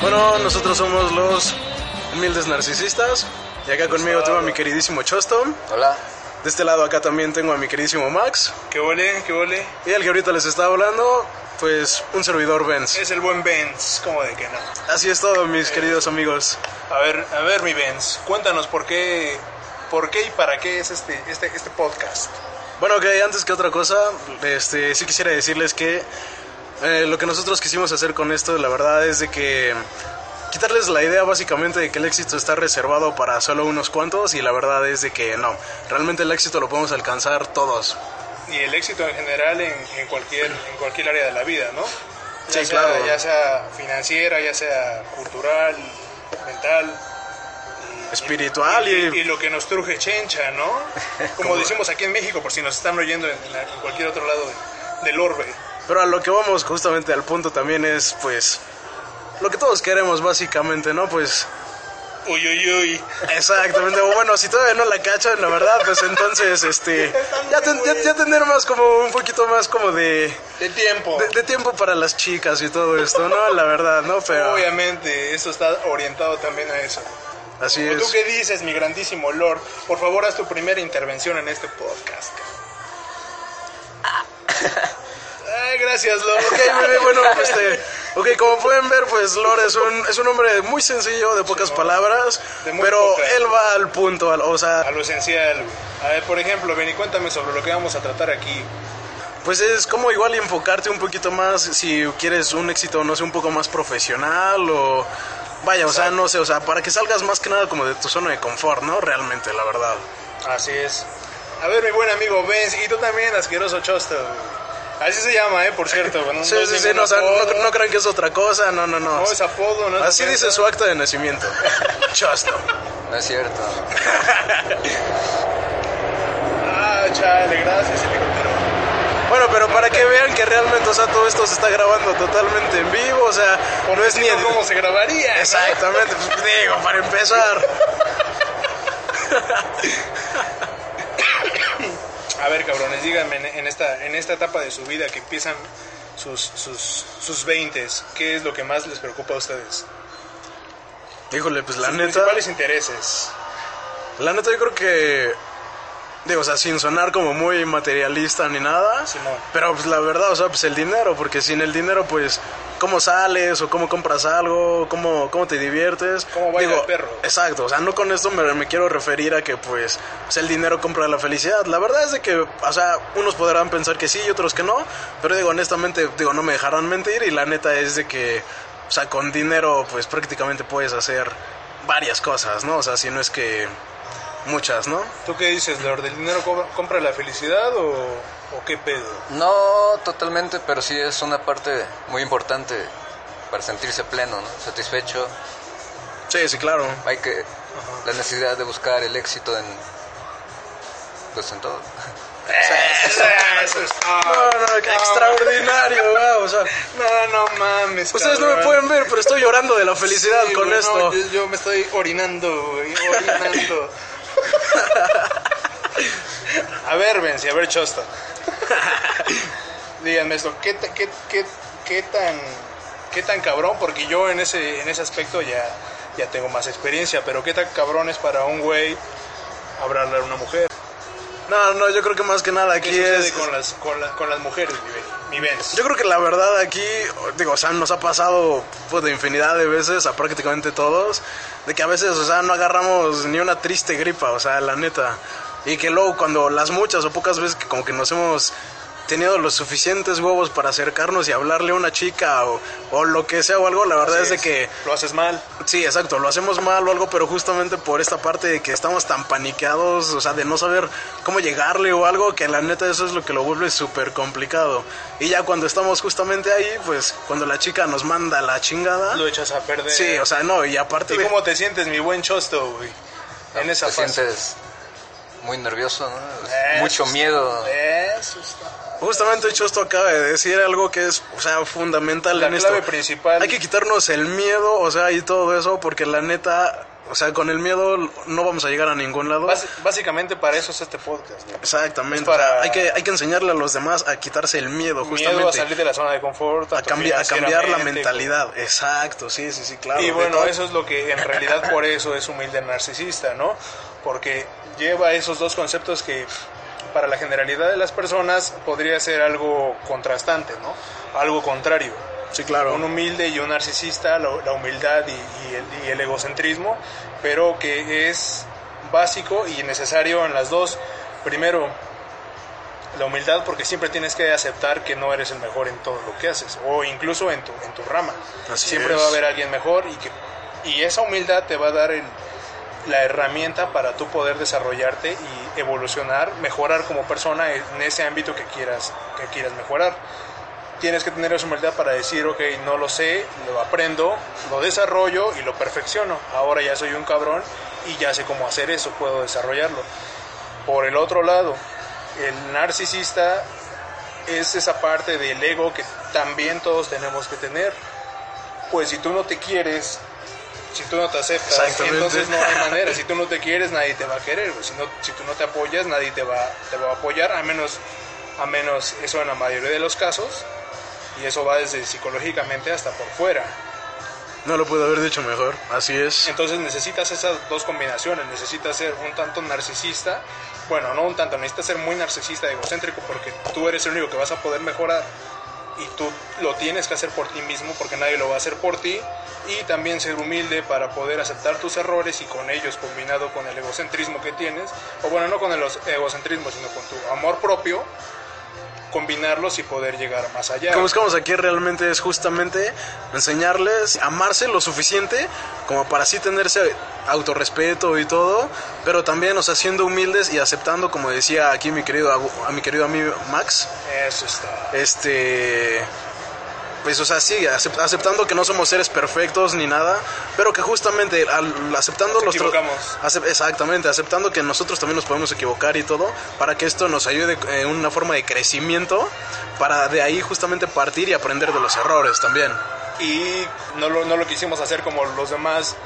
Bueno, nosotros somos los humildes narcisistas. Y acá conmigo tengo a mi queridísimo Chosto. Hola. De este lado acá también tengo a mi queridísimo Max. ¿Qué vole? ¿Qué vole? Y el que ahorita les está hablando, pues un servidor Benz. Es el buen Benz, como de que no. Así es todo, mis queridos amigos. A ver, a ver, mi Benz, cuéntanos por qué, por qué y para qué es este, este, este podcast. Bueno, ok, antes que otra cosa, este, sí quisiera decirles que eh, lo que nosotros quisimos hacer con esto, la verdad, es de que quitarles la idea básicamente de que el éxito está reservado para solo unos cuantos y la verdad es de que no, realmente el éxito lo podemos alcanzar todos. Y el éxito en general en, en cualquier, en cualquier área de la vida, ¿no? Sí, Ya sea- claro. Ya sea financiera, ya sea cultural, mental. y- Espiritual y- y, lo que nos truje chencha, ¿no? Como decimos aquí en México, por si nos están oyendo en, la- en cualquier otro lado de- del orbe. Pero a lo que vamos justamente al punto también es pues lo que todos queremos básicamente, ¿no? Pues Uy, uy, uy. exactamente, o bueno, si todavía no la cachan, la verdad, pues entonces este ya, ten- ya- ya tener más como un poquito más como de, De tiempo. de, de tiempo para las chicas y todo esto, ¿no? La verdad, ¿no? Pero Obviamente, esto está orientado también a eso. así ¿Tú es. qué dices, mi grandísimo Lord? Por favor, haz tu primera intervención en este podcast. Ah. Ay, gracias, Lord. Ok, muy bien, bueno, este, ok, como pueden ver, pues Lore es un, es un hombre muy sencillo, de pocas palabras, De muy pero pocas. él va al punto, al- o sea, A lo esencial. güey. A ver, por ejemplo, Benny, cuéntame sobre lo que vamos a tratar aquí. Pues es como igual enfocarte un poquito más si quieres un éxito, no sé, un poco más profesional o... Vaya, o sea, no sé, o sea, para que salgas más que nada como de tu zona de confort, ¿no? Realmente, la verdad. Así es. A ver, mi buen amigo Benz, y tú también, asqueroso chosto. güey. Así se llama, ¿eh? Por cierto. güey, No, Sí, no es sí, sí, ningún no, o sea, apodo. no, no crean que es otra cosa, no, no, no. No, es apodo, ¿no? es Así dice ofensa. su acta de nacimiento. Chosto. No es cierto. Ah, chale, gracias, helicóptero. Bueno, pero para que vean que realmente, o sea, todo esto se está grabando totalmente en vivo, o sea, no es ni... Sino ¿Cómo se grabaría? no? Exactamente, pues, digo, para empezar. A ver, cabrones, díganme en- en esta, en esta etapa de su vida que empiezan sus, sus, sus 20, ¿qué es lo que más les preocupa a ustedes? Híjole, pues la sus neta... principales intereses. La neta yo creo que digo, o sea, sin sonar como muy materialista ni nada, Simón. pero pues la verdad, o sea, pues el dinero, porque sin el dinero pues cómo sales o cómo compras algo, cómo cómo te diviertes, Cómo baila Digo, el perro. Exacto, o sea, no con esto me, me quiero referir a que pues, pues, el dinero compra la felicidad. La verdad es de que, o sea, unos podrán pensar que sí y otros que no, pero digo, honestamente, digo, no me dejarán mentir y la neta es de que, o sea, con dinero pues prácticamente puedes hacer varias cosas, ¿no? O sea, si no es que muchas, ¿no? ¿Tú qué dices, Lord? ¿Del dinero co- compra la felicidad o, o qué pedo? No totalmente, pero sí es una parte muy importante para sentirse pleno, ¿no? satisfecho. Sí, sí, claro. Hay que la necesidad de buscar el éxito en pues en todo. Eso es- No, ah, no, qué extraordinario, wow, o sea, no, no mames. ustedes no me cabrón. pueden ver, pero estoy llorando de la felicidad Sí, con güey, no, esto. yo, yo me estoy orinando, güey, orinando. a ver, Benzi, a ver, Chosta. Díganme esto, ¿qué, ta- qué, qué, qué tan, ¿qué tan cabrón? Porque yo en ese, en ese aspecto ya, ya tengo más experiencia, pero ¿qué tan cabrón es para un güey hablarle a una mujer? No, no, yo creo que más que nada ¿Qué aquí sucede es con las, con, la- con las mujeres, mi Ben- mi Benz? Yo creo que la verdad aquí, digo, o sea, nos ha pasado pues, de infinidad de veces a prácticamente todos, de que a veces, o sea, no agarramos ni una triste gripa, o sea, la neta. Y que luego cuando las muchas o pocas veces que como que nos hemos tenido los suficientes huevos para acercarnos y hablarle a una chica o, o lo que sea o algo, la verdad es, de es. que Lo haces mal. Sí, exacto, lo hacemos mal o algo, pero justamente por esta parte de que estamos tan paniqueados, o sea, de no saber cómo llegarle o algo, que la neta eso es lo que lo vuelve súper complicado. Y ya cuando estamos justamente ahí, pues cuando la chica nos manda la chingada. Lo echas a perder. ¿Ah? Sí, o sea, no, y aparte ¿Y de- cómo te sientes, mi buen Chosto, güey? En esa te fase. sientes muy nervioso, ¿no? Eso Mucho está- miedo. Eso está. justamente Chosto acaba de decir algo que es, o sea, fundamental La en clave esto. principal. Hay que quitarnos el miedo, o sea, y todo eso, porque la neta, o sea, con el miedo no vamos a llegar a ningún lado. Basi- Básicamente para eso es este podcast. güey. Exactamente. Es para- o sea, hay, que, hay que enseñarle a los demás a quitarse el miedo, justamente. Miedo a salir de la zona de confort, a, cambi- a cambiar cambiar la mentalidad. Exacto, sí, sí, sí, claro. Y de bueno, todo. eso es lo que en realidad por eso es humilde narcisista, ¿no? Porque lleva esos dos conceptos que para la generalidad de las personas podría ser algo contrastante, ¿no? Algo contrario. Sí, claro. Un humilde y un narcisista, la, la humildad y, y el, y el egocentrismo, pero que es básico y necesario en las dos. Primero, la humildad porque siempre tienes que aceptar que no eres el mejor en todo lo que haces o incluso en tu, en tu rama. Así siempre es. va a haber alguien mejor y, que, y esa humildad te va a dar el- la herramienta para tú poder desarrollarte y evolucionar, mejorar como persona en ese ámbito que quieras, que quieras mejorar. Tienes que tener esa humildad para decir, ok, no lo sé, lo aprendo, lo desarrollo y lo perfecciono. Ahora ya soy un cabrón y ya sé cómo hacer eso, puedo desarrollarlo. Por el otro lado, el narcisista es esa parte del ego que también todos tenemos que tener. Pues si tú no te quieres, si tú no te aceptas, Exactamente. entonces no hay manera. Si tú no te quieres, nadie te va a querer. güey. Si, no, si tú no te apoyas, nadie te va, te va a apoyar, a menos, a menos eso en la mayoría de los casos. Y eso va desde psicológicamente hasta por fuera. No lo pude haber dicho mejor. Así es. Entonces necesitas esas dos combinaciones, necesitas ser un tanto narcisista, bueno, no un tanto, necesitas ser muy narcisista, egocéntrico, porque tú eres el único que vas a poder mejorar y tú lo tienes que hacer por ti mismo porque nadie lo va a hacer por ti y también ser humilde para poder aceptar tus errores y con ellos combinado con el egocentrismo que tienes, o bueno, no con el egocentrismo, sino con tu amor propio, combinarlos y poder llegar más allá. Lo que buscamos aquí realmente es justamente enseñarles a amarse lo suficiente como para así tenerse autorrespeto y todo, pero también, o sea, siendo humildes y aceptando, como decía aquí mi querido, agu- a mi querido amigo Max, Eso está. este pues o sea sí acep- aceptando que no somos seres perfectos ni nada pero que justamente al, aceptando Nos los tro- equivocamos. acep- exactamente aceptando que nosotros también nos podemos equivocar y todo para que esto nos ayude eh, en una forma de crecimiento para de ahí justamente partir y aprender de los errores también y no lo, no lo quisimos hacer como los demás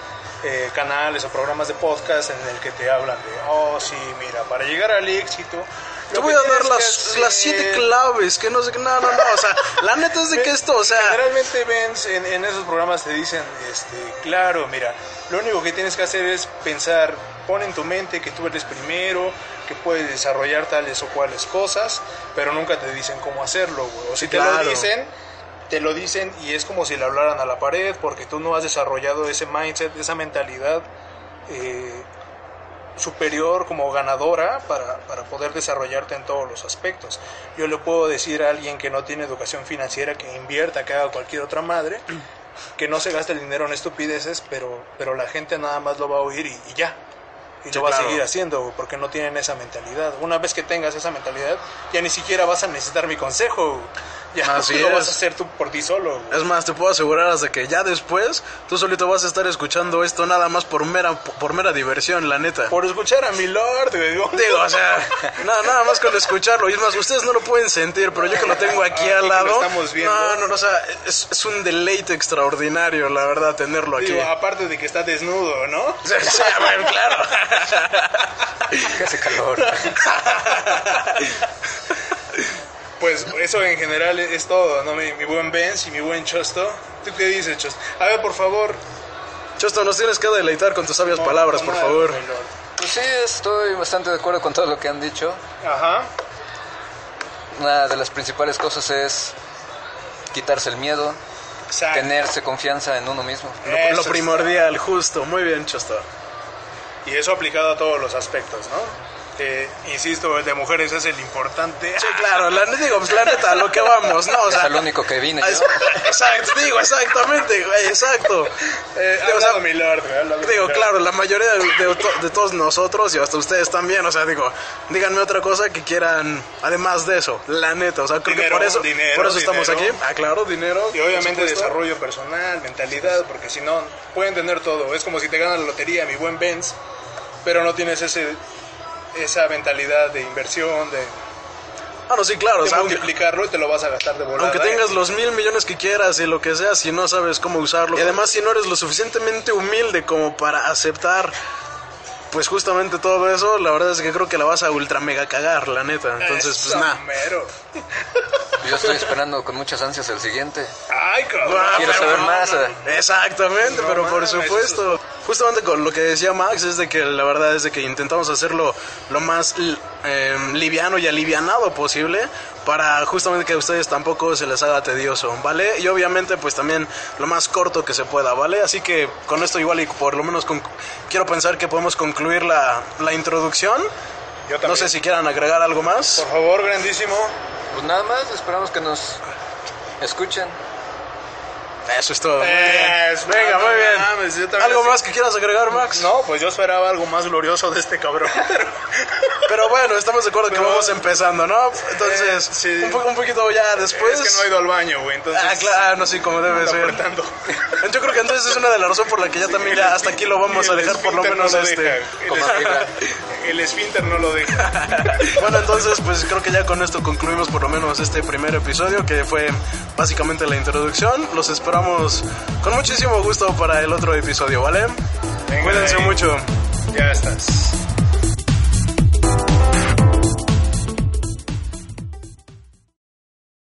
eh, canales o programas de podcast en el que te hablan de, oh, sí, mira, para llegar al éxito. lo te que voy a dar tienes que las, las siete hacer- claves que no sé qué no no no o sea la neta es de que esto o sea Generalmente Vince, en, en esos programas te dicen, este, claro, mira, lo único que tienes que hacer es pensar, pon en tu mente que tú eres primero, que puedes desarrollar tales o cuales cosas, pero nunca te dicen cómo hacerlo, güey. O si te Claro. lo dicen, te lo dicen y es como si le hablaran a la pared porque tú no has desarrollado ese mindset, esa mentalidad. eh, superior como ganadora para, para poder desarrollarte en todos los aspectos. Yo le puedo decir a alguien que no tiene educación financiera que invierta, que haga cualquier otra madre, que no se gaste el dinero en estupideces, pero, pero la gente nada más lo va a oír y, y ya. Y Sí, lo va claro. a seguir haciendo güey, porque no tienen esa mentalidad. Una vez que tengas esa mentalidad, ya ni siquiera vas a necesitar mi consejo. güey. Ya Así lo vas es. a hacer tú por ti solo. güey. es más, te puedo asegurar hasta que ya después tú solito vas a estar escuchando esto nada más por mera por mera diversión, la neta. Por escuchar a mi lord, güey. Digo, o sea, na- nada más con escucharlo. Y es más, ustedes no lo pueden sentir, pero yo que lo tengo aquí Ah, al y que lo lado. estamos viendo. No, no, no, o sea, es, es un deleite extraordinario, la verdad, tenerlo aquí. Digo, ah, aparte de que está desnudo, ¿no? Sí, sí, a ver, claro. Que hace calor. Pues eso en general es es todo, ¿no? Mi, mi buen Benz y mi buen Chosto. ¿Tú qué dices, Chosto? A ver, por favor. Chosto, nos tienes que deleitar con tus sabias palabras, por Con- favor. con Lord. Pues sí, estoy bastante de acuerdo con todo lo que han dicho. Ajá. Una de las principales cosas es quitarse el miedo, Exacto. tenerse confianza en uno mismo. Lo, Eso lo está. primordial, justo. Muy bien, Chosto. Y eso aplicado a todos los aspectos, ¿no? Eh, insisto, el de mujeres es el importante. Sí, claro, la, neta- digo, pues la neta, lo que vamos, ¿no? O Es sea, el único que vine es- yo. exacto, digo, exactamente, güey, exacto. Eh, Digo, o sea, hablado mi lord, güey, hablado mi Digo, lord. claro, la mayoría de, de to- de todos nosotros y hasta ustedes también, o sea, digo, díganme otra cosa que quieran, además de eso, la neta, o sea, creo que Dinero, por eso, dinero, por eso estamos dinero. aquí. Ah, claro, dinero. Y obviamente por supuesto. desarrollo personal, mentalidad, porque si no, pueden tener todo. Es como si te ganas la lotería, mi buen Benz, pero no tienes ese esa mentalidad de inversión, de, Ah, no, sí, claro, o de sea, aunque, multiplicarlo y te lo vas a gastar de volada. aunque tengas ¿eh? los mil millones que quieras y lo que sea, si no sabes cómo usarlo, pues, y además si no eres lo suficientemente humilde como para aceptar... Pues justamente todo eso, la verdad es que creo que la vas a ultra mega cagar, la neta. Entonces, pues Eso, nada. mero. Yo estoy esperando con muchas ansias el siguiente. Ay, cabrón. Ah, Quiero pero saber no, más. no, eh. no. Exactamente, No pero por mames, supuesto. Justamente con lo que decía Max es de que la verdad es de que intentamos hacerlo lo más l- em, liviano y alivianado posible para justamente que a ustedes tampoco se les haga tedioso, ¿vale? Y obviamente pues también lo más corto que se pueda, ¿vale? Así que con esto igual y por lo menos conc- quiero pensar que podemos concluir la, la introducción. Yo también. No sé si quieran agregar algo más. Por favor, grandísimo. Pues nada más, esperamos que nos escuchen. Eso es todo. muy Eh, bien. Ah, Venga, no muy mames, yo bien. también ¿Algo así- más que quieras agregar, Max? No, pues yo esperaba algo más glorioso de este cabrón. Pero bueno, estamos de acuerdo que Pero- vamos empezando, ¿no? Entonces, Eh, sí. un, po- un poquito ya después. es que no he ido al baño, güey, entonces. Pues, Ah, claro, no sé cómo debe está ser. apretando. Yo creo que entonces es una de las razones por la que ya también ya hasta aquí lo vamos a El dejar por lo esfínter no menos este. deja. Como arriba. El, el esfínter no lo deja. Bueno, entonces pues creo que ya con esto concluimos por lo menos este primer episodio que fue básicamente la introducción. Los esperamos con muchísimo gusto para el otro episodio, ¿vale? Venga, Cuídense ahí. mucho. Ya estás.